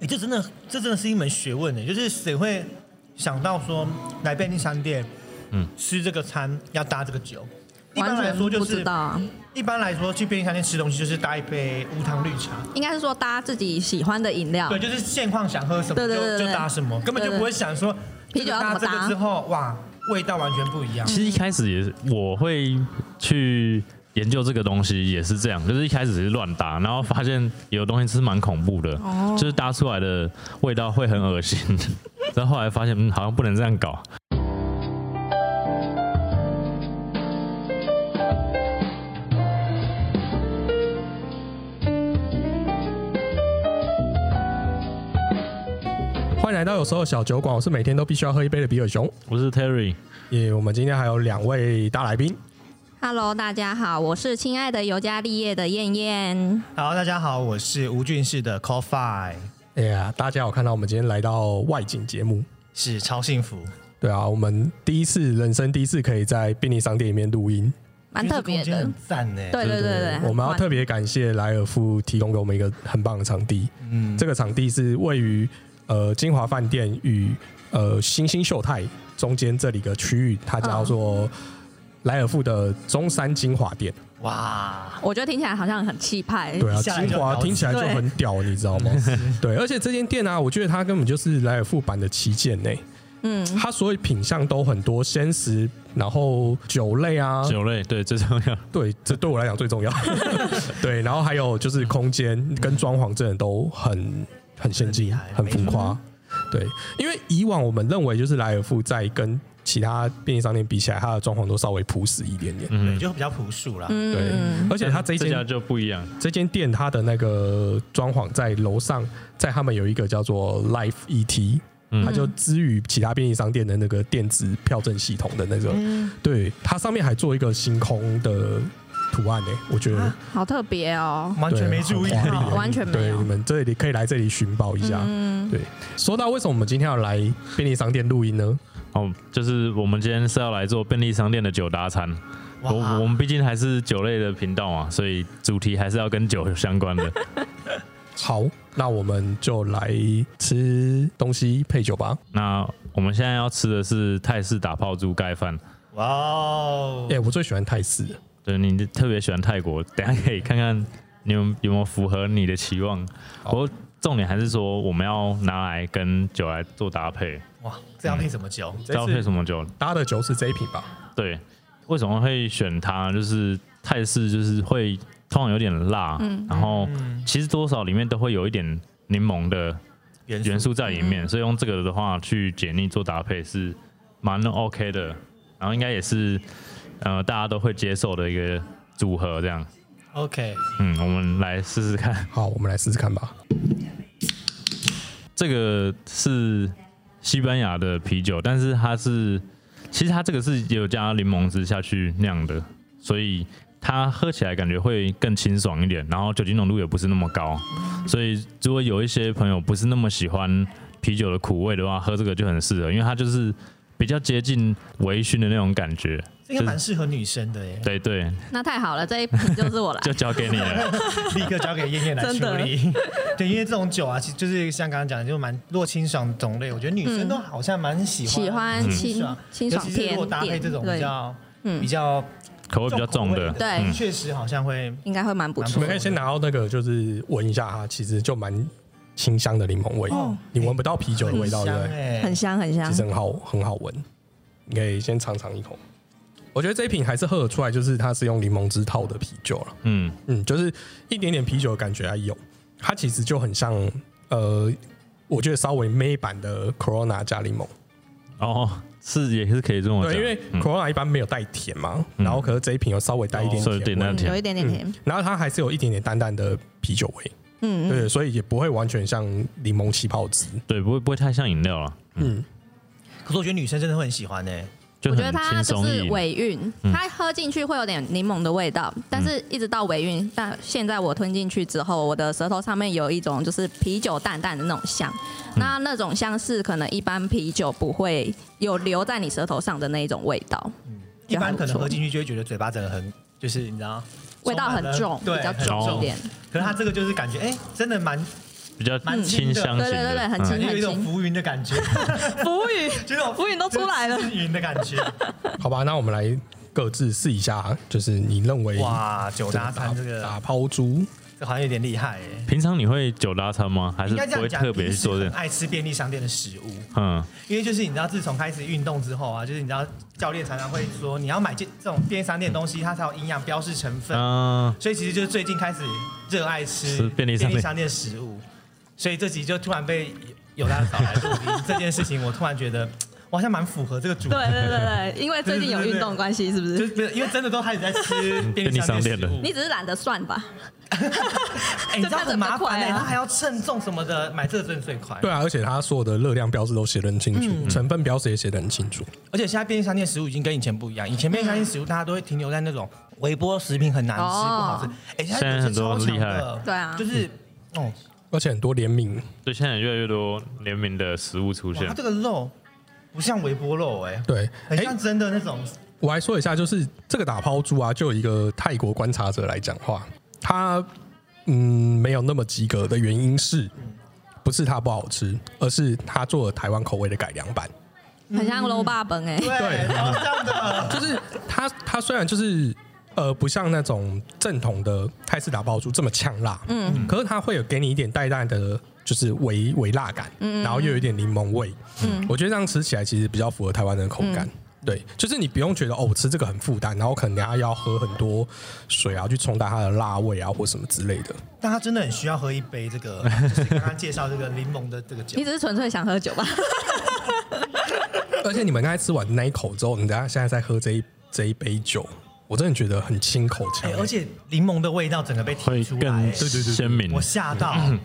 哎、这真的，这真的是一门学问呢。就是谁会想到说来便利商店，嗯，吃这个餐要搭这个酒？一般完来全说就不是知，道啊。一般来说去便利商店吃东西就是搭一杯无糖绿茶，应该是说搭自己喜欢的饮料对，，就是现况想喝什么对对就对对就搭什么，根本就对对不会想说啤酒要搭这怎么个搭之后，哇，味道完全不一样。其实一开始也是我会去研究这个东西，也是这样，就是一开始是乱搭，然后发现有东西是蛮恐怖的，就是搭出来的味道会很恶心。 然后后来发现，嗯，好像不能这样搞。欢迎来到有时候小酒馆，我是每天都必须要喝一杯的比尔熊。我是 Terry，耶，我们今天还有两位大来宾， Hello，大家好，我是亲爱的尤加利叶的燕燕。好，大家好，我是吴俊士的 Call Five，哎呀，大家有看到我们今天来到外景节目？是超幸福，对啊，我们第一次人生第一次可以在便利商店里面录音，蛮特别因为这的空间很，赞欸呢。对对对对，我们要特别感谢莱尔夫提供给我们一个很棒的场地。嗯，这个场地是位于呃金华饭店与呃新兴秀泰中间这里个区域，它叫做莱尔富的中山金华店。哇，我觉得听起来好像很气派，对啊，哎下来就金华了解听起来就很屌，你知道 吗？对，而且这间店啊，我觉得它根本就是莱尔富版的旗舰呢、嗯，它所有品相都很多，鲜食，然后酒类啊，酒类对最重 要。对，这对我来讲 最重要。对，然后还有就是空间跟装潢真的都很很先很厉进害、很浮夸。对，因为以往我们认为就是莱尔富在跟其他便利商店比起来，它的装潢都稍微朴实一点点。嗯对，就比较朴素啦。嗯对，而且它这一这家间就不一样，这间店它的那个装潢在楼上，在他们有一个叫做 Life ET，嗯它就基于其他便利商店的那个电子票证系统的那个，嗯对，它上面还做一个星空的图案呢、欸我觉得。好特别哦。啊完全没注意对，很华丽欸哦完全没对，有你们这里可以来这里寻宝一下。嗯，对，说到为什么我们今天要来便利商店录音呢？哦，就是我们今天是要来做便利商店的酒搭餐。哇我我们毕竟还是酒类的频道嘛，所以主题还是要跟酒相关的。 好，那我们就来吃东西配酒吧。那我们现在要吃的是泰式打泡猪盖饭，哇哦哎、，我最喜欢泰式了，对你特别喜欢泰国，等一下可以看看你们有没有符合你的期望。不过重点还是说我们要拿来跟酒来做搭配，哇，这要配什么酒？这搭配次什么酒？搭的酒是这一瓶吧？对，为什么会选它？就是泰式，就是会通常有点辣，然后其实多少里面都会有一点柠檬的元元素在里面，所以用这个的话去解腻做搭配是蛮 OK 的，然后应该也是呃大家都会接受的一个组合这样。 OK，嗯，我们来试试看，好，我们来试试看吧。这个是西班牙的啤酒，但是它是其实它这个是有加柠檬汁下去酿的，所以它喝起来感觉会更清爽一点，然后酒精浓度也不是那么高，所以如果有一些朋友不是那么喜欢啤酒的苦味的话，喝这个就很适合，因为它就是比较接近微醺的那种感觉。这个蛮适合女生的耶，对对，那太好了，这一瓶就是我来。就交给你了。立刻交给燕燕来处理。 对，因为这种酒啊，其实就是像刚刚讲，的，就蛮若清爽种类，我觉得女生都好像蛮喜欢嗯喜欢清尤清爽其是如甜果搭配点，这种比对，较嗯比较口味比较重 的口味，对确实好像会应该会蛮不我错们。可以先拿到那个，就是闻一下它，其实就蛮清香的柠檬味，哦你闻不到啤酒的味道，很对香不对？哎，很香很香其，实很好，很好闻。你可以先尝尝一口。我觉得这一瓶还是喝得出来，就是它是用柠檬汁泡的啤酒了。嗯，嗯，就是一点点啤酒的感觉还有。它其实就很像，呃，我觉得稍微妹版的 Corona 加柠檬。哦，是也是可以这么讲，对，因为嗯 Corona 一般没有带甜嘛，然后可是这一瓶有稍微带一点稍微哦有甜点那味嗯有一甜，点点甜，然后它还是有一点点淡淡的啤酒味。嗯，嗯对，所以也不会完全像柠檬气泡汁。对，不会不会太像饮料了。嗯，可是我觉得女生真的会很喜欢哎呢。就我觉很得它轻就松是易嗯饮。尾韵，它喝进去会有点柠檬的味道，但嗯是一直到尾韵，但现在我吞进去之后，我的舌头上面有一种就是啤酒淡淡的那种香，嗯那那种香是可能一般啤酒不会有留在你舌头上的那一种味道，一般可能喝就还不错进去就会觉得嘴巴整个很，就是你知道，味道充很满了重，对，比较很 重一点。可是它这个就是感觉，哎、真的蛮比较蛮清轻的香对型对对对，的，很嗯轻有一很种轻，浮云的 感觉，浮云这种浮云都出来了就是云的感觉。好吧，那我们来各自试一下，就是你认为哇，九这大个打餐这个打抛猪，这好像有点厉害哎。平常你会酒搭餐吗？还是应该这不样会讲，特别第一去是啊做这很样？爱吃便利商店的食物，嗯，因为就是你知道，自从开始运动之后啊，就是你知道教练常常会说，你要买这这种便利商店的东西，它才有营养标示成分。啊，所以其实就是最近开始热爱吃吃便利商店店食物，所以这集就突然被有大嫂来录音这件事情，我突然觉得我好像蛮符合这个主题对，对对对，因为最近有运动关系，是不？就是是不是因为真的都开始在吃便利商店食嗯便利商店了物， 你只是懒得算吧？哎你知道很麻就看着烦哎，比较快啊他还要称重什么的，买这个真的最快。对，啊，而且它所有的热量标示都写得很清楚，嗯成分标示也写得很清楚。而且现在便利商店食物已经跟以前不一样，以前便利商店食嗯物大家都会停留在那种微波食品很难吃不哦好吃，哎，现在现在很多有些超强的厉害嗯对啊就是哦，而且很多联名，对，现在有越来越多联名的食物出哇现它，这个肉不像微波肉哎。对，很像真的那种我还说一下，就是这个打抛猪啊，就有一个泰国观察者来讲话，他嗯没有那么及格的原因是，不是它不好吃，而是它做了台湾口味的改良版。很像楼霸本哎，对，然后这样 的，就是它它虽然就是呃不像那种正统的泰式打包猪这么呛辣，嗯，可是它会有给你一点淡淡的，就是微微辣感，嗯然后又有一点柠檬味，嗯，我觉得这样吃起来其实比较符合台湾人的口嗯感。对，就是你不用觉得哦，我吃这个很负担，然后可能等下要喝很多水啊，去冲淡它的辣味啊，或什么之类的。但他真的很需要喝一杯这个，就是刚刚介绍这个柠檬的这个酒 你。只是纯粹想喝酒吧？而且你们刚才吃完那一口之后，你等下现在再喝这一这一杯酒，我真的觉得很清口腔哎，，而且柠檬的味道整个被会提出来，更哎鲜明我。吓到，嗯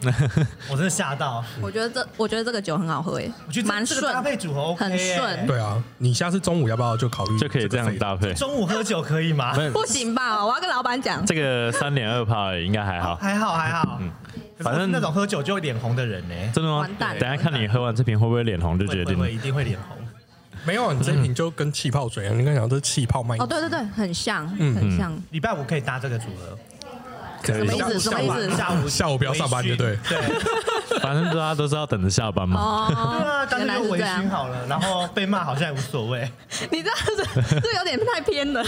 我真的吓到。我觉得这我觉得这个酒很好喝哎，我觉得这蛮这个搭顺，配组合 OK，很顺对啊，你下次中午要不要就考虑就可以这个样费搭配。中午喝酒可以吗？没有 不行吧？我要跟老板讲，这个三点二趴应该还好，还好还好，嗯可是我反正是那种喝酒就会脸红的人呢，真的吗完？蛋等一下看你喝完这瓶会不会脸红，就决会定会会一定会脸红。没有，你这一瓶就跟气泡水一样，你刚讲这是气泡麦哦，对对对，很像，嗯很像。礼拜五可以搭这个组合，可以什么意思下什么意思下下午下午不要上班就对微醺 对。反正大家都是要等着下班嘛。 对啊，哦，干原脆来就是微这醺样。好了，然后被骂好像也无所谓。你这样子这有点太偏 了。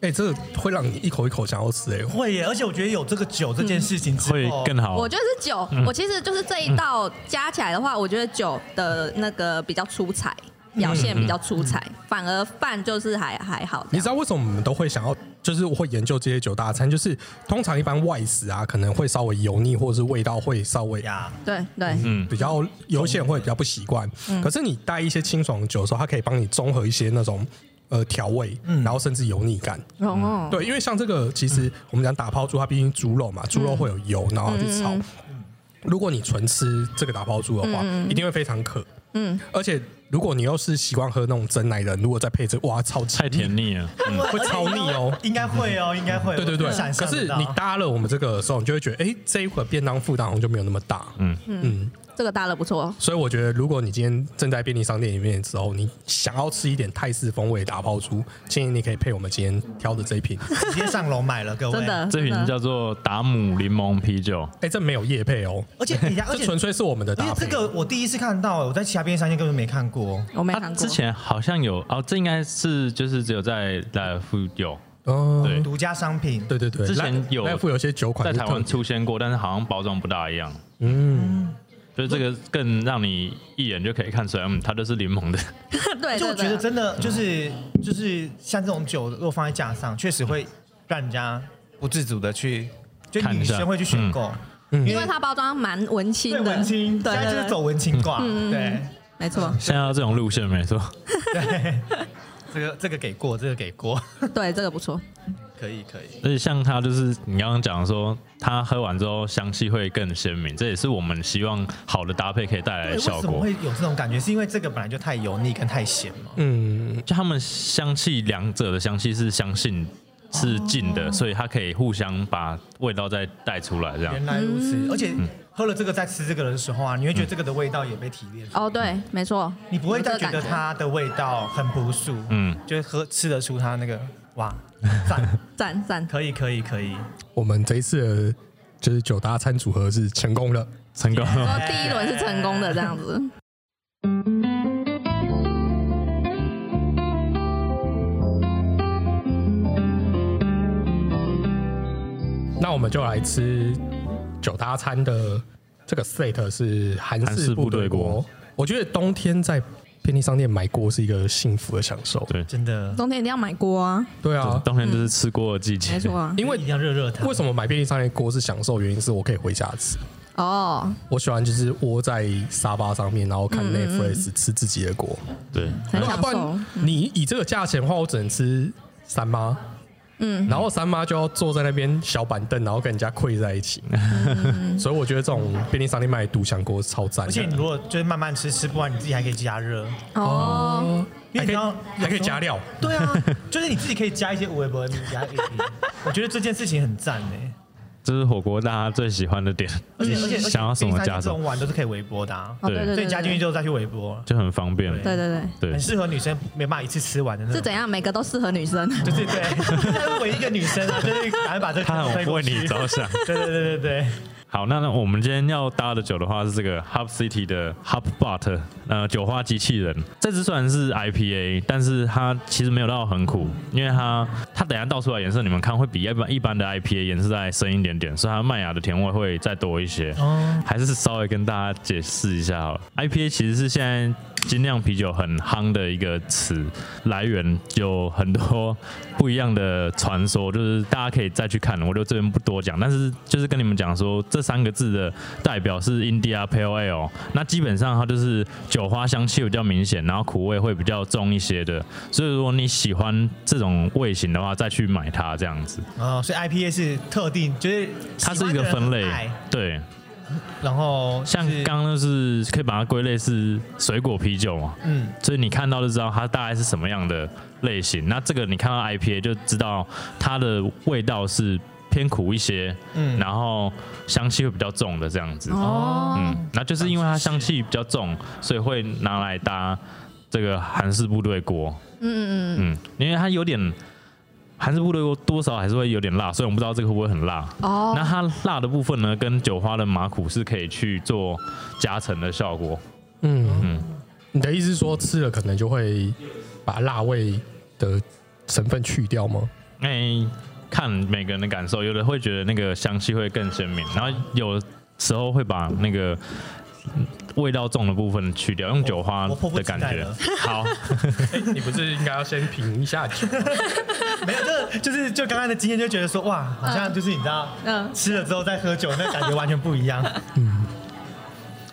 哎、这个会让你一口一口想要吃哎、会耶，而且我觉得有这个酒这件事情之后，嗯会更哦好，我觉得是酒，嗯我其实就是这一道加起来的话，我觉得酒的那个比较出彩，表现比较出彩，嗯反而饭就是还还好。你知道为什么我们都会想要，就是我会研究这些酒大餐，就是通常一般外食啊，可能会稍微油腻，或者是味道会稍微呀，对对，嗯，比较有些人会比较不习惯。嗯可是你带一些清爽的酒的时候，它可以帮你综合一些那种呃调味，嗯然后甚至油腻感。哦，对，因为像这个，其实我们讲打泡猪，它毕竟猪肉嗯嘛，猪肉会有油，然后去炒。如果你纯吃这个打泡猪的话，嗯一定会非常渴。嗯，而且如果你又是习惯喝那种真奶的，如果再配这，哇，超级太甜，腻了。嗯会超腻哦。应该会哦，应该会。对对我对，想可象是得到你搭了我们这个的时候，你就会觉得，哎，这一会便当负担好像就没有那么大。嗯嗯嗯，这个搭的不错。所以我觉得，如果你今天正在便利商店里面的时候，你想要吃一点泰式风味的打泡猪，建议你可以配我们今天挑的这一瓶。直接上楼买了，各位。真的，嗯这真瓶的叫做达姆柠檬啤酒，哎，这没有叶配哦，而且你看，而这且纯粹是我们的而搭且配。这个我第一次看到，我在其他便利商店根本没看过。我没它看过啊之。前好像有哦，这应该是就是只有在莱尔富有，嗯哦，对独家商品，对对对，之前莱有莱富有些酒款在是台湾特别出现过，但是好像包装不大一样。嗯，就是这个更让你一眼就可以看出来，嗯，它就是柠檬的。对，就对我觉得对。真的就是就是像这种酒，如果放在架上，确实会让人家不自主的去，就看女一下生会去选购，因为它包装蛮文青对的，文青，现对在就对是对走，文青挂，对嗯，没错，现在要这种路线没错，对，嗯 这个这个给过，这个给过， 对，这个不错，可以可以，而且像它就是你刚刚讲说，它喝完之后香气会更鲜明，这也是我们希望好的搭配可以带来对的为效什么果会。有这种感觉？是因为这个本来就太油腻跟太咸嗯吗？嗯就它们香气两者的香气是相信是近的，所以它可以互相把味道再带出来，这样原来如嗯此，而且喝了这个再吃这个的时候啊，你会觉得这个的味道也被提炼出来，哦，对，没错，你不会再觉有这得个感它的味道很朴素，嗯嗯，就是喝吃得出它那个哇，赞，赞赞，可以可以可以，我们这一次的就是九大餐组合是成功了。成功说第一轮是成功的这样 子。那我们就来吃九大餐的这个 set 是韩韩式式部部队队锅锅。我觉得冬天在便利商店买锅是一个幸福的享受。对，真的，冬天一定要买锅啊，对啊，冬天就是吃锅的季嗯没节，错啊。因为一定要热热汤。为什么买便利商店锅是享受？原因是我可以回家吃。 哦，我喜欢就是窝在沙发上面，然后嗯看 Netflix 吃自己的锅。对，很如果享啊不受然。你以这个价钱的话，我只能吃三妈。嗯，然后三妈就要坐在那边小板凳，然后跟人家跪在一起。嗯 所以我觉得这种便利商店卖的独享锅是超赞的。而且你如果就是慢慢吃，吃不完你自己还可以加热，哦，因为还可你以要还可以加。料，对啊，就是你自己可以加一些微波，你加一点。我觉得这件事情很赞嗯哎，这是火锅大家最喜欢的点，而且而且而且想要什么冰山加这什么，种碗都是可以微波的啊，哦对对对所对，以加进去对之后再去微波，就很方便。对对对对，对很，适合女生没办法一次吃完的那是种。怎样？每个都适合 女生。就是对， 她是唯一一个女生啊，就是赶快把这个他推很过为去你着想。对对对对对，好，那那我们今天要搭的酒的话是这个 Hub City 的 Hub Bot，呃，酒花机器人。这支虽然是 IPA，但是它其实没有到很苦，因为它它等一下倒出来颜色，你们看会比一般一般的 IPA 颜色再深一点点，所以它麦芽的甜味会再多一些。哦，还是稍微跟大家解释一下好了。IPA 其实是现在精酿啤酒很夯的一个词，来源有很多不一样的传说，就是大家可以再去看，我就这边不多讲。但是就是跟你们讲说，这三个字的代表是 India Pale Ale，那基本上它就是酒花香气比较明显，然后苦味会比较重一些的。所以如果你喜欢这种味型的话，再去买它这样子。哦，所以 IPA 是特定，就是它喜是欢一的个人分类很爱，对。然后像是刚刚就是可以把它归类是水果啤酒嘛，嗯，所以你看到就知道它大概是什么样的类型。那这个你看到 IPA 就知道它的味道是偏苦一些，嗯嗯，然后香气会比较重的这样子，哦，嗯，那就是因为它香气比较重，所以会拿来搭这个韩式部队锅，嗯嗯嗯，因为它有点韩式部队锅多少还是会有点辣，所以我们不知道这个会不会很辣，嗯，哦那，它辣的部分呢，跟酒花的麻苦是可以去做加成的效果。嗯嗯嗯。你的意思是说吃了可能就会把辣味的成分去掉吗？哎、看每个人的感受，有的会觉得那个香气会更鲜明，然后有时候会把那个嗯味道重的部分去掉，用酒花我迫不的及感待觉了。 好， 你不是应该要先品一下酒？没有，就是就是就刚刚的经验就觉得说，哇，好像就是你知道，嗯吃了之后再喝酒，那感觉完全不一 样。嗯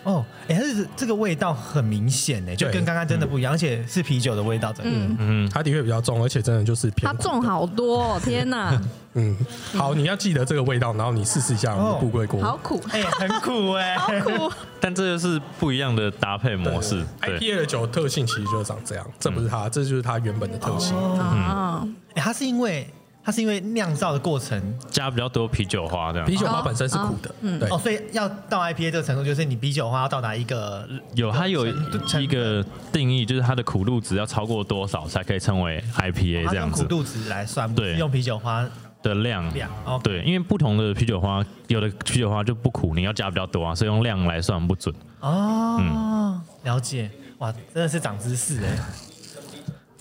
哦，哎、它是这个味道很明显欸呢，就对跟刚刚真的不一样，而且是啤酒的味道，真的。嗯，嗯，它的确比较重，而且真的就是偏它苦重好多哦，天哪，嗯，好，你要记得这个味道，然后你试试一下我们的哦富贵锅。好苦，哎、很苦 哎、好苦，但这就是不一样的搭配模式。对， IPA 的酒特性其实就是长这样，这嗯不是它，这就是它原本的特性。哦啊，哎它是因为它是因为酿造的过程加比较多啤酒花这样啤。酒花本身是苦的，对哦，，所以要到 IPA 这个程度，就是你啤酒花要到达一个有它有程一个定义，就是它的苦度值要超过多少才可以称为 IPA 它用这样苦子度值来算，不是对用啤酒花的量。量。哦，对，因为不同的啤酒花，有的啤酒花就不苦，你要加比较多啊，所以用量来算不准。哦，了解。哇，真的是长知识哎。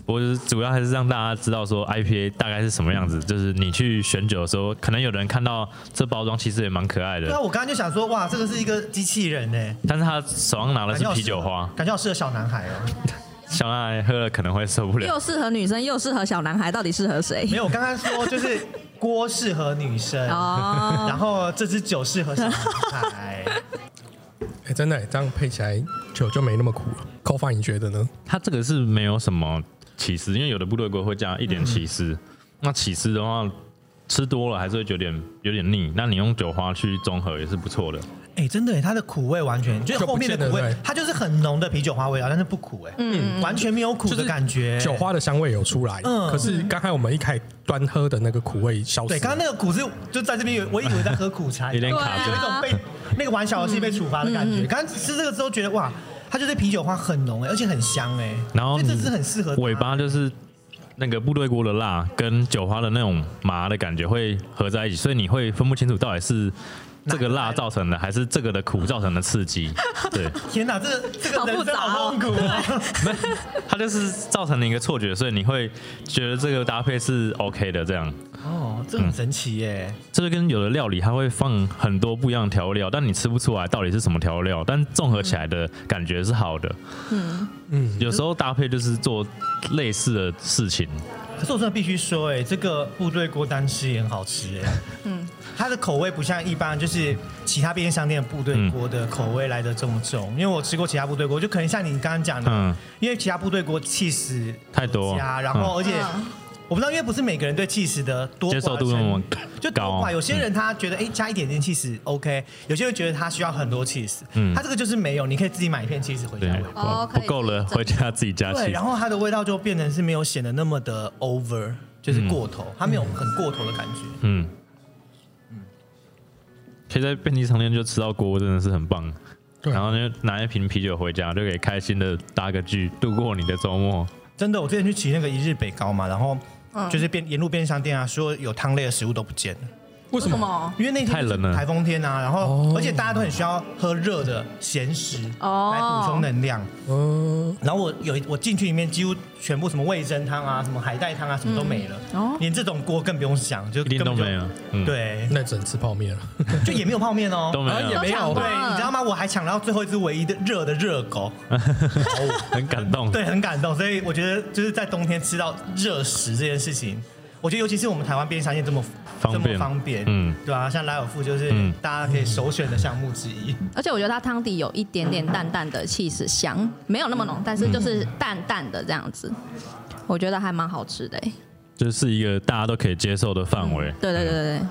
不过就是主要还是让大家知道说 IPA 大概是什么样子，就是你去选酒的时候，可能有人看到这包装其实也蛮可爱对啊，的，我刚刚就想说，哇，这个是一个机器人哎，但是他手上拿的感是觉好啤适合酒花，感觉好适合小男孩哦。小男孩喝了可能会受不了。又适合女生又适合小男孩，到底适合谁没？有，我刚刚说就是锅适合女生，哦，然后这支酒适合小男 孩。哎，真的这样配起来酒就没那么苦了。扣饭你觉得呢？它这个是没有什么起司，因为有的部队锅会加一点起司，嗯那起司的话吃多了还是会有点有点腻，那你用酒花去综合也是不错的。哎，真的哎，它的苦味完全就是就不后面的苦见了味对，它就是很浓的啤酒花味道，但是不苦哎，嗯，完全没有苦就的是感觉。酒花的香味有出来，哎嗯可是刚才我们一开端喝的那个苦味消失对，了。刚刚那个苦是就在这边，有我以为在喝苦茶， 有点啊卡有住一种被那个玩小游戏被处罚的嗯感觉。刚刚吃这个之后觉得哇，它就是啤酒花很浓哎，而且很香哎，然后所以这支很适合它尾巴就是那个部队锅的辣跟酒花的那种麻的感觉会合在一起，所以你会分不清楚到底是这个辣造成的，还是这个的苦造成的刺激？对，天哪，这个这好个复人生杂好哦痛苦 哦。它就是造成了一个错觉，所以你会觉得这个搭配是 OK 的。这样，哦，这很神奇耶。这就跟有的料理它会放很多不一样的调料，但你吃不出来到底是什么调料，但综合起来的感觉是好的。嗯，有时候搭配就是做类似的事情，可是我真的必须说，哎，这个部队锅单吃也很好吃，哎，嗯，它的口味不像一般就是其他便利商店的部队锅的口味来的这么重，因为我吃过其他部队锅，就可能像你刚刚讲的，嗯因为其他部队锅气死太多加，然后而且。嗯我不知道，因为不是每个人对气死的多寡接受度那程么就多高嗯寡，，有些人他觉得哎、诶加一点点 cheese OK，有些人觉得他需要很多 cheese，、嗯他这个就是没有，你可以自己买一片 cheese 回家对味。哦不可以不够了，自己回家自己加嗯对，气然。后它的味道就变成是没有显得那么的 over，就是过头，它没有很过头的感觉。嗯，可以在便利商店就吃到锅，真的是很棒。对然后就拿一瓶啤酒回家，就可以开心的搭个剧，度过你的周末。真的，我之前去骑那个一日北高嘛，然后就是便沿路便利商店啊，所有有汤类的食物都不见了，为什什么？么？因为那天太冷了哦台风天啊，然后、而且大家都很需要喝热的咸食哦来补充能量。哦嗯，然后我有一我进去里面几乎全部什么味噌汤啊、什么海带汤啊，什么都没了，哦连这种锅更不用想，就一定都根本就没有嗯对，那只能吃泡面了。就也没有泡面哦， 都没啊也有，没都有抢光了对，你知道吗？我还抢到最后一只唯一的热的热 狗，很感动。对，很感动。所以我觉得就是在冬天吃到热食这件事情，我觉得尤其是我们台湾便利商店这么方便这么方便，嗯嗯，对啊，像莱尔富就是嗯大家可以首选的项目之一。而且我觉得它汤底有一点点淡淡的气势香，没有那么浓，但是就是淡淡的这样子，我觉得还蛮好吃的欸。就是一个大家都可以接受的范围。嗯嗯嗯对对对对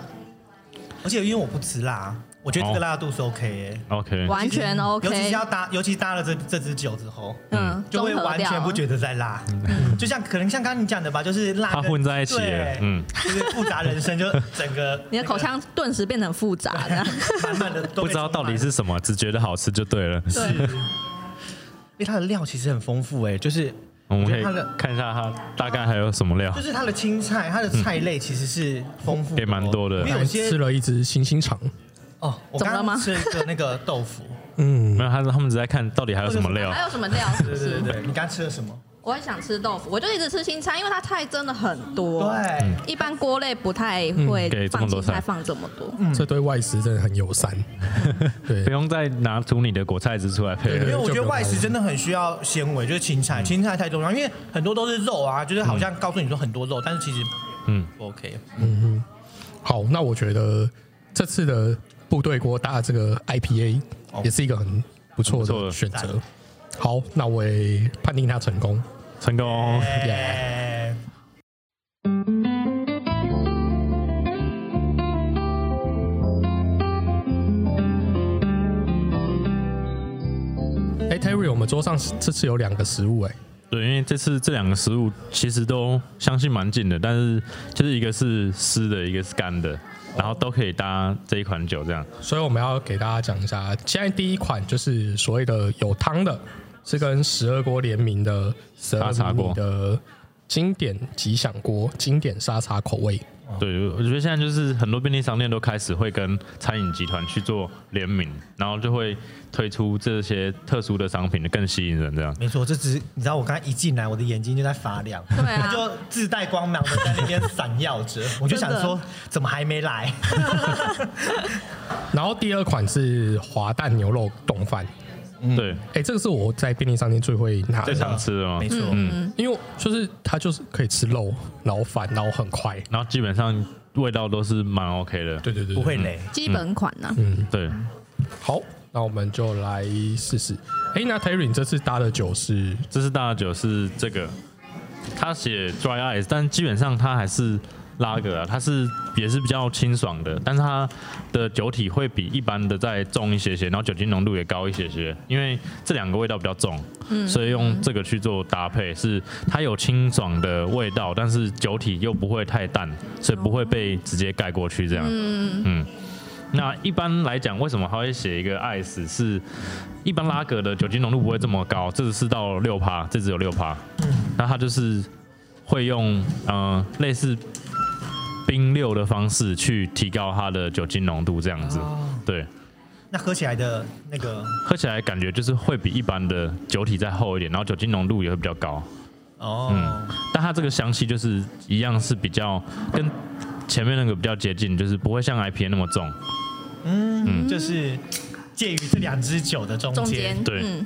而且因为我不吃辣，啊我觉得这个辣度是 OK 耶、 OK，对，完全尤其是 OK。要搭，尤其搭了这这支酒之后，嗯，就会综合完掉全不觉得在辣，嗯就像可能像刚刚你讲的吧，就是辣它跟混在一起了对，嗯，就是复杂人生，就整个 你的口腔顿时变得很复杂的。满满的都不被知道到充满底是什么，只觉得好吃就对了。是，因为它的料其实很丰富哎、就是我们觉得可以它的看一下它大概还有什么料就。是它的青菜，它的菜类其实是丰富的哦，也嗯蛮多的因为有 还些吃了一只星星肠，哦，我哎 怎刚么了刚吗吃了一个那个豆腐，嗯没，有，他他们只在看到底还有什么料还。有什么料？是不对是对对对，你刚吃了什么？我也想吃豆腐，我就一直吃新菜，因为它菜真的很多。对，一般锅类不太嗯给会这么放多青菜菜放这么多。嗯这对外食真的很 友善。对不，用再拿出你的果菜汁出来配对了因为。我觉就得不外食用真的很需要纤维，就是青嗯菜，青菜太重要，因为很多都是肉啊，就是好像告诉你说很多肉，但是其实嗯嗯不 OK，好，那我觉得这次的部队锅搭这个 IPA 哦也是一个很不很错不错的的选择。好，那我也判定它成功。成功。哎哎、t e r r y 我们桌上这次有两个食物、哎，对，因为这次这两个食物其实都相信蛮近的，但是就是一个是湿的，一个是干的，然后都可以搭这一款酒这样。所以我们要给大家讲一下，现在第一款就是所谓的有汤的，是跟十二锅联名的十沙二茶锅米的经典吉祥锅，经典沙茶口味。对，我觉得现在就是很多便利商店都开始会跟餐饮集团去做联名，然后就会推出这些特殊的商品，更吸引人这样。没错，这只你知道，我刚才一进来，我的眼睛就在发亮，对啊它就自带光芒的在那边闪耀 着，我就想说，怎么还没来？然后第二款是滑蛋牛肉冻饭，对，哎、这个是我在便利商店最会 拿最的，常吃的嗯嘛没。错，因为就是它就是可以吃肉，然后饭，然后很快。然后基本上味道都是蛮 OK 的。对对对，不会雷。基本款啊呢、嗯对，好，那我们就来试试。哎、那 Terry，你这次搭的酒是这是大酒是这个，它写 dry ice，但基本上它还是拉格啊，它是也是比较清爽的，但是它的酒体会比一般的再重一些些，然后酒精浓度也高一些些，因为这两个味道比较重，所以用这个去做搭配，是它有清爽的味道，但是酒体又不会太淡，所以不会被直接盖过去这样。嗯，那一般来讲，为什么它会写一个 ice 是？一般拉格的酒精浓度不会这么高，这只是到六趴，这只有六趴。那它就是会用呃类哦似冰溜的方式去提高它的酒精浓度，这样子。对，那喝起来的那个喝起来感觉就是会比一般的酒体再厚一点，然后酒精浓度也会比较高。哦，但它这个香气就是一样是比较跟前面那个比较接近，就是不会像 IPA 那么重。嗯就是介于这两支酒的中中间间，，对嗯，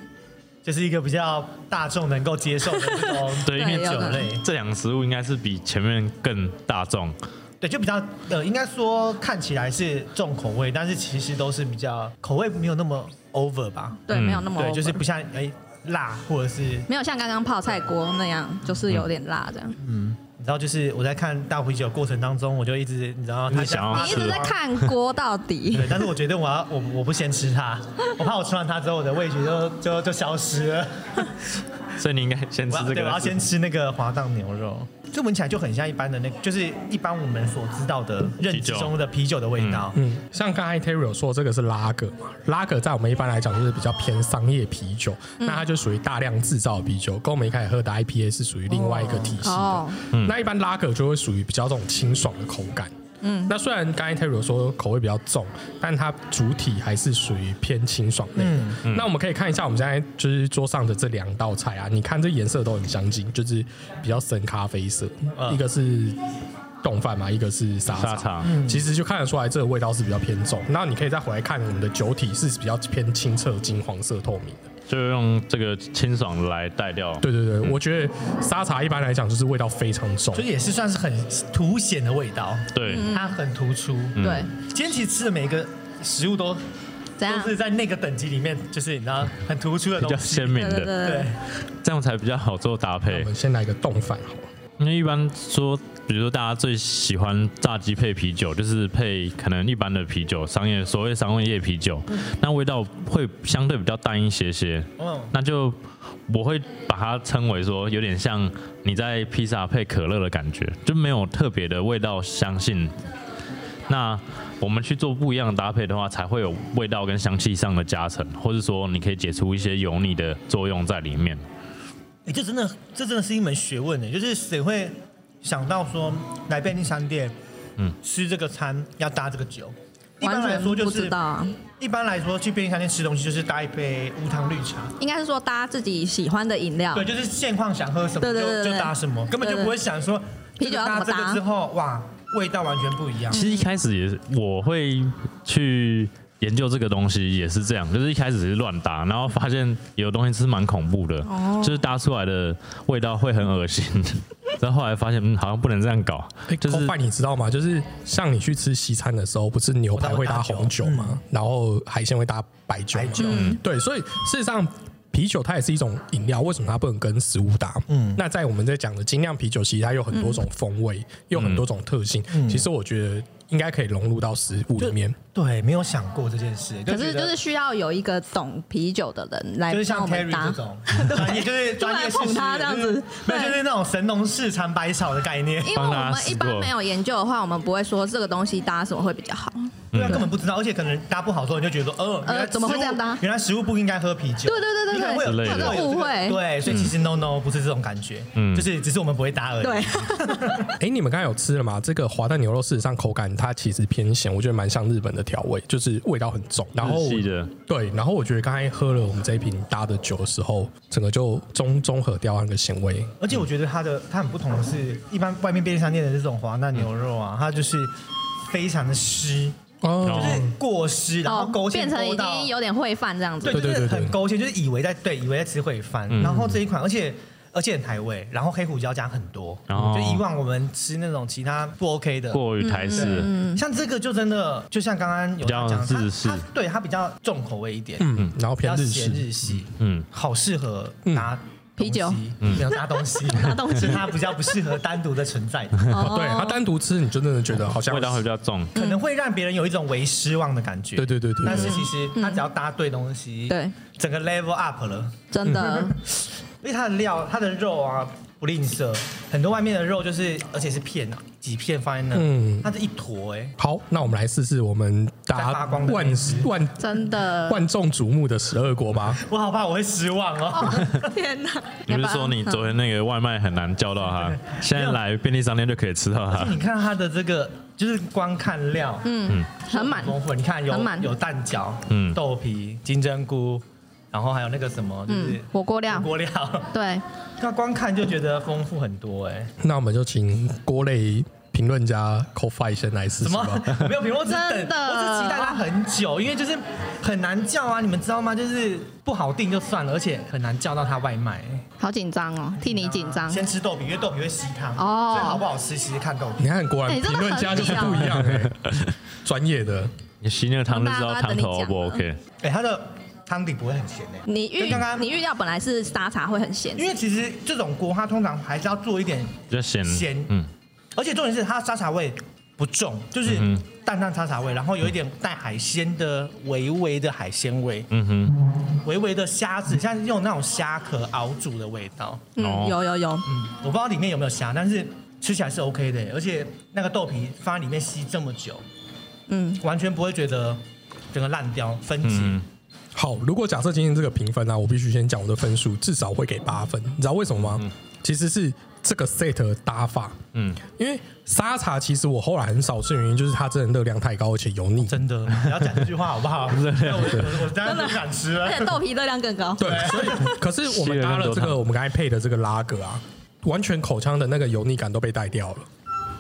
就是一个比较大众能够接受的这种对，因为对酒有可能类，这两个食物应该是比前面更大众。对，就比较呃，应该说看起来是重口味，但是其实都是比较口味没有那么 over 吧，对，嗯没有那么对， over 就是不像哎辣或者是没有像刚刚泡菜锅那样，就是有点辣这样。嗯你知道，就是我在看大啤酒的过程当中，我就一直你知道，一直他想要他你一直在看锅 到底，对，但是我决定我要我我不先吃它，我怕我吃完它之后我的味觉就就就消失了。所以你应该先我吃要这对，个。我要先吃那个滑荡牛肉，这闻起来就很像一般的那，就是一般我们所知道的认知中的啤酒的味道。嗯，像刚才 Terry 有说这个是拉格嘛，拉格在我们一般来讲就是比较偏商业啤酒，那它就属于大量制造的啤酒，跟我们一开始喝的 IPA 是属于另外一个体系的。哦那一般拉格就会属于比较这种清爽的口感。嗯，那虽然刚才 Terry 有说口味比较重，但它主体还是属于偏清爽类的。那我们可以看一下我们现在就是桌上的这两道菜啊，你看这颜色都很相近，就是比较深咖啡色，嗯一个是冻饭嘛，一个是沙沙茶。茶，其实就看得出来这个味道是比较偏重。那你可以再回来看我们的酒体是比较偏清澈、金黄色、透明的。就用这个清爽来带掉。对对对，我觉得沙茶一般来讲就是味道非常重就。是也是算是很凸显的味道，对，嗯它很突出。嗯对，今天其实吃的每一个食物都都怎样？是在那个等级里面，就是你知道很突出的比东较西。鲜明对对的，对对对，，这样才比较好做搭我配。们先来个冻饭好了。因为一般说，比如说大家最喜欢炸鸡配啤酒，就是配可能一般的啤酒，商业所谓商业啤酒，嗯那味道会相对比较淡一些些。嗯，那就我会把它称为说，有点像你在披萨配可乐的感觉，就没有特别的味道相信。那我们去做不一样的搭配的话，才会有味道跟香气上的加成，或者说你可以解除一些油腻的作用在里面。哎，这真的这真的是一门学问呢，欸就是谁会想到说来便利商店，嗯嗯，吃这个餐要搭这个酒？一般完来全说就不是知道啊，一般来说，去便利商店吃东西就是搭一杯无糖绿茶，应该是说搭自己喜欢的饮料对，，就是现况想喝什么对对就对对就搭什么，根本就不会想说啤酒要这个搭这怎么个搭嗯之后，哇，味道完全不一样。其实一开始也是我会去研究这个东西，也是这样，就是一开始是乱搭，然后发现有东西是蛮恐怖的，就是搭出来的味道会很恶心。 然后后来发现，嗯，好像不能这样搞，哎，就是冻饭你知道吗？就是像你去吃西餐的时候，不是牛排会搭红酒吗？然后海鲜会搭白酒嘛。嗯白酒对，所以事实上。啤酒它也是一种饮料，为什么它不能跟食物搭？嗯，那在我们在讲的精酿啤酒，其实它有很多种风味，又有很多种特性。其实我觉得应该可以融入到食物里面。对，没有想过这件事，可是觉就得是需要有一个懂啤酒的人来就是帮我像 Terry 们搭这。 种专业，就是专业突然事碰他这样子就是没有对嗯就是那种神农氏尝百草的概念，因为帮我大家们试一般过没有研究的话，我们不会说这个东西搭什么会比较好。对啊，根本不知道，而且可能搭不好之后，你就觉得说，呃，呃原来怎么会食物这样搭原来食物不应该喝啤酒，对对对对你可能对会有之类的会有这个误会对，所以其实 no no 不是这种感觉，嗯就是只是我们不会搭而已。对，哎、你们刚才有吃了吗？这个滑蛋牛肉事实上口感它其实偏咸，我觉得蛮像日本的调味，就是味道很重。然后日系的对，然后我觉得刚才喝了我们这一瓶搭的酒的时候，整个就中中和掉那个咸味。而且我觉得它的它很不同的是，一般外面便利商店的这种滑蛋牛肉啊，它就是非常的湿，哦就是过湿，然后勾芡嗯哦变成已勾到，经有点会饭这样子对，对就是对对很勾芡，就是以为在对，以为在吃烩饭。然后这一款，而且而且很台味，然后黑胡椒加很多，哦就以往我们吃那种其他不 OK 的，过于台式，嗯，像这个就真的，就像刚刚有讲，比较日式它它对它比较重口味一点，嗯，然后比较偏日咸式，日系，嗯，好适合拿啤酒东西，没有拿东 西，拿东西它比较不适合单独的存在，哦 对，它单独吃你就真的觉得好像味道会比较重。可能会让别人有一种为失望的感觉，对对对对但是对，其实它只要搭对嗯东西，嗯对，整个 level up 了。真的。因为它的料、它的肉啊不吝啬，很多外面的肉就是，而且是片啊，几片放在那，嗯它是一坨哎、好，那我们来试试我们在搭发光的万美食万真的，万众瞩目的十二国吧。我好怕我会失望哦。 天哪！你不是说你嗯昨天那个外卖很难叫到它，现在来便利商店就可以吃到它你看它的这个就是光看料，嗯，很满，蒙混，你看有很满有蛋饺、嗯豆皮、金针菇，然后还有那个什么，就嗯是，火锅火料，锅料， 对，那光看就觉得丰富很多哎。那我们就请郭类评论家 c o f i 先来试什试么吧。？我没有评论，我只是等，真的我只是期待它很久，因为就是很难叫啊，你们知道吗？就是不好订就算了，而且很难叫到它外卖。欸好紧张哦，替你紧张。呃先吃豆皮，因为豆皮会吸汤哦所以好不好吃其实看豆皮。你看，果然哎真的评论家就是不一样哎，专业的。你吸那个汤就知道汤头 O 不 OK。哎，它的汤底不会很咸哎，你预跟刚刚你预料本来是沙茶会很咸，因为其实这种锅它通常还是要做一点，比较咸，咸嗯，而且重点是它的沙茶味不重，就是嗯哼淡淡沙茶味，然后有一点带海鲜的微微的海鲜味，嗯哼，微微的虾子，像用那种虾壳熬煮的味道。哦嗯，有有有，嗯，我不知道里面有没有虾，但是吃起来是 OK 的耶，欸而且那个豆皮放在里面吸这么久，嗯，完全不会觉得整个烂掉分解。嗯，好，如果假设今天这个评分呢、啊，我必须先讲我的分数，至少会给八分。你知道为什么吗？其实是这个 set 的搭法，嗯，因为沙茶其实我后来很少吃，原因就是它真的热量太高而且油腻。哦真的，不要讲这句话好不 好？真的，我我当然不敢吃了而。且豆皮热量更高。对，所以可是我们吸了那搭了这么多个汤我们刚才配的这个拉格啊，完全口腔的那个油腻感都被带掉了。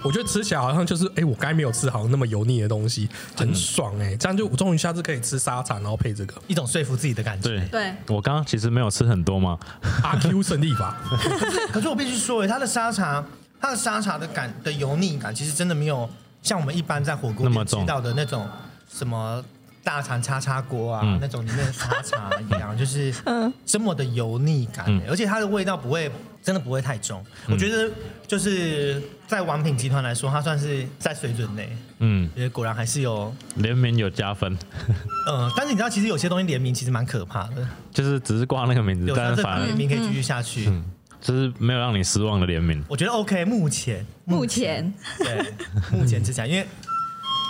我觉得吃起来好像就是，哎、我刚才没有吃好像那么油腻的东西，很爽哎、这样就我终于下次可以吃沙茶，然后配这个 一种说服自己的感觉。对对，我刚刚其实没有吃很多嘛，阿 Q 胜利法。可是我必须说耶，它的沙茶，它的沙茶的感的油腻感，其实真的没有像我们一般在火锅那么店重吃到的那种什么大肠叉叉锅啊，嗯那种里面的沙茶一样，就是这么的油腻感耶、嗯而且它的味道不会。真的不会太重，我觉得就是在王品集团来说，它算是在水准内，嗯，因为果然还是有，联名有加分，呃，但是你知道，其实有些东西联名其实蛮可怕的，就是只是挂那个名字有，像但这是反款而联名可以继续嗯下去，嗯就是没有让你失望的联名，我觉得 OK，目前目前对，目前吃起来，因为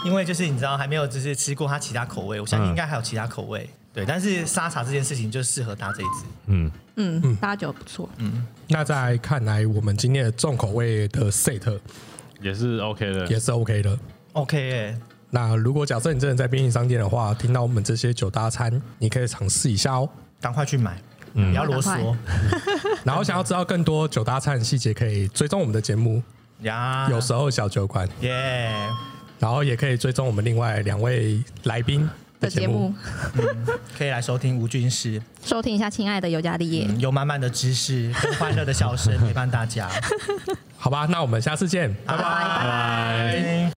因为就是你知道还没有就是吃过它其他口味，我相嗯信应该还有其他口味。对，但是沙茶这件事情就适合搭这一支。嗯，嗯，大家觉得不错，那在看来，我们今天的重口味的 set 也是 OK 的也，是 OK 的。 OK，哎、那如果假设你真的在便利商店的话，听到我们这些九大餐，你可以尝试一 下哦。赶快去买，嗯不要啰赶嗦然后想要知道更多九大餐的细节，可以追踪我们的节目呀《有时候小酒馆》，耶然后也可以追踪我们另外两位来宾的的节嗯节目目。可以来收听吴军师，收听一下《亲爱的尤加利叶》，嗯有满满的知识跟欢乐的笑声陪伴大家。 好吧，那我们下次见，拜拜。拜拜。拜。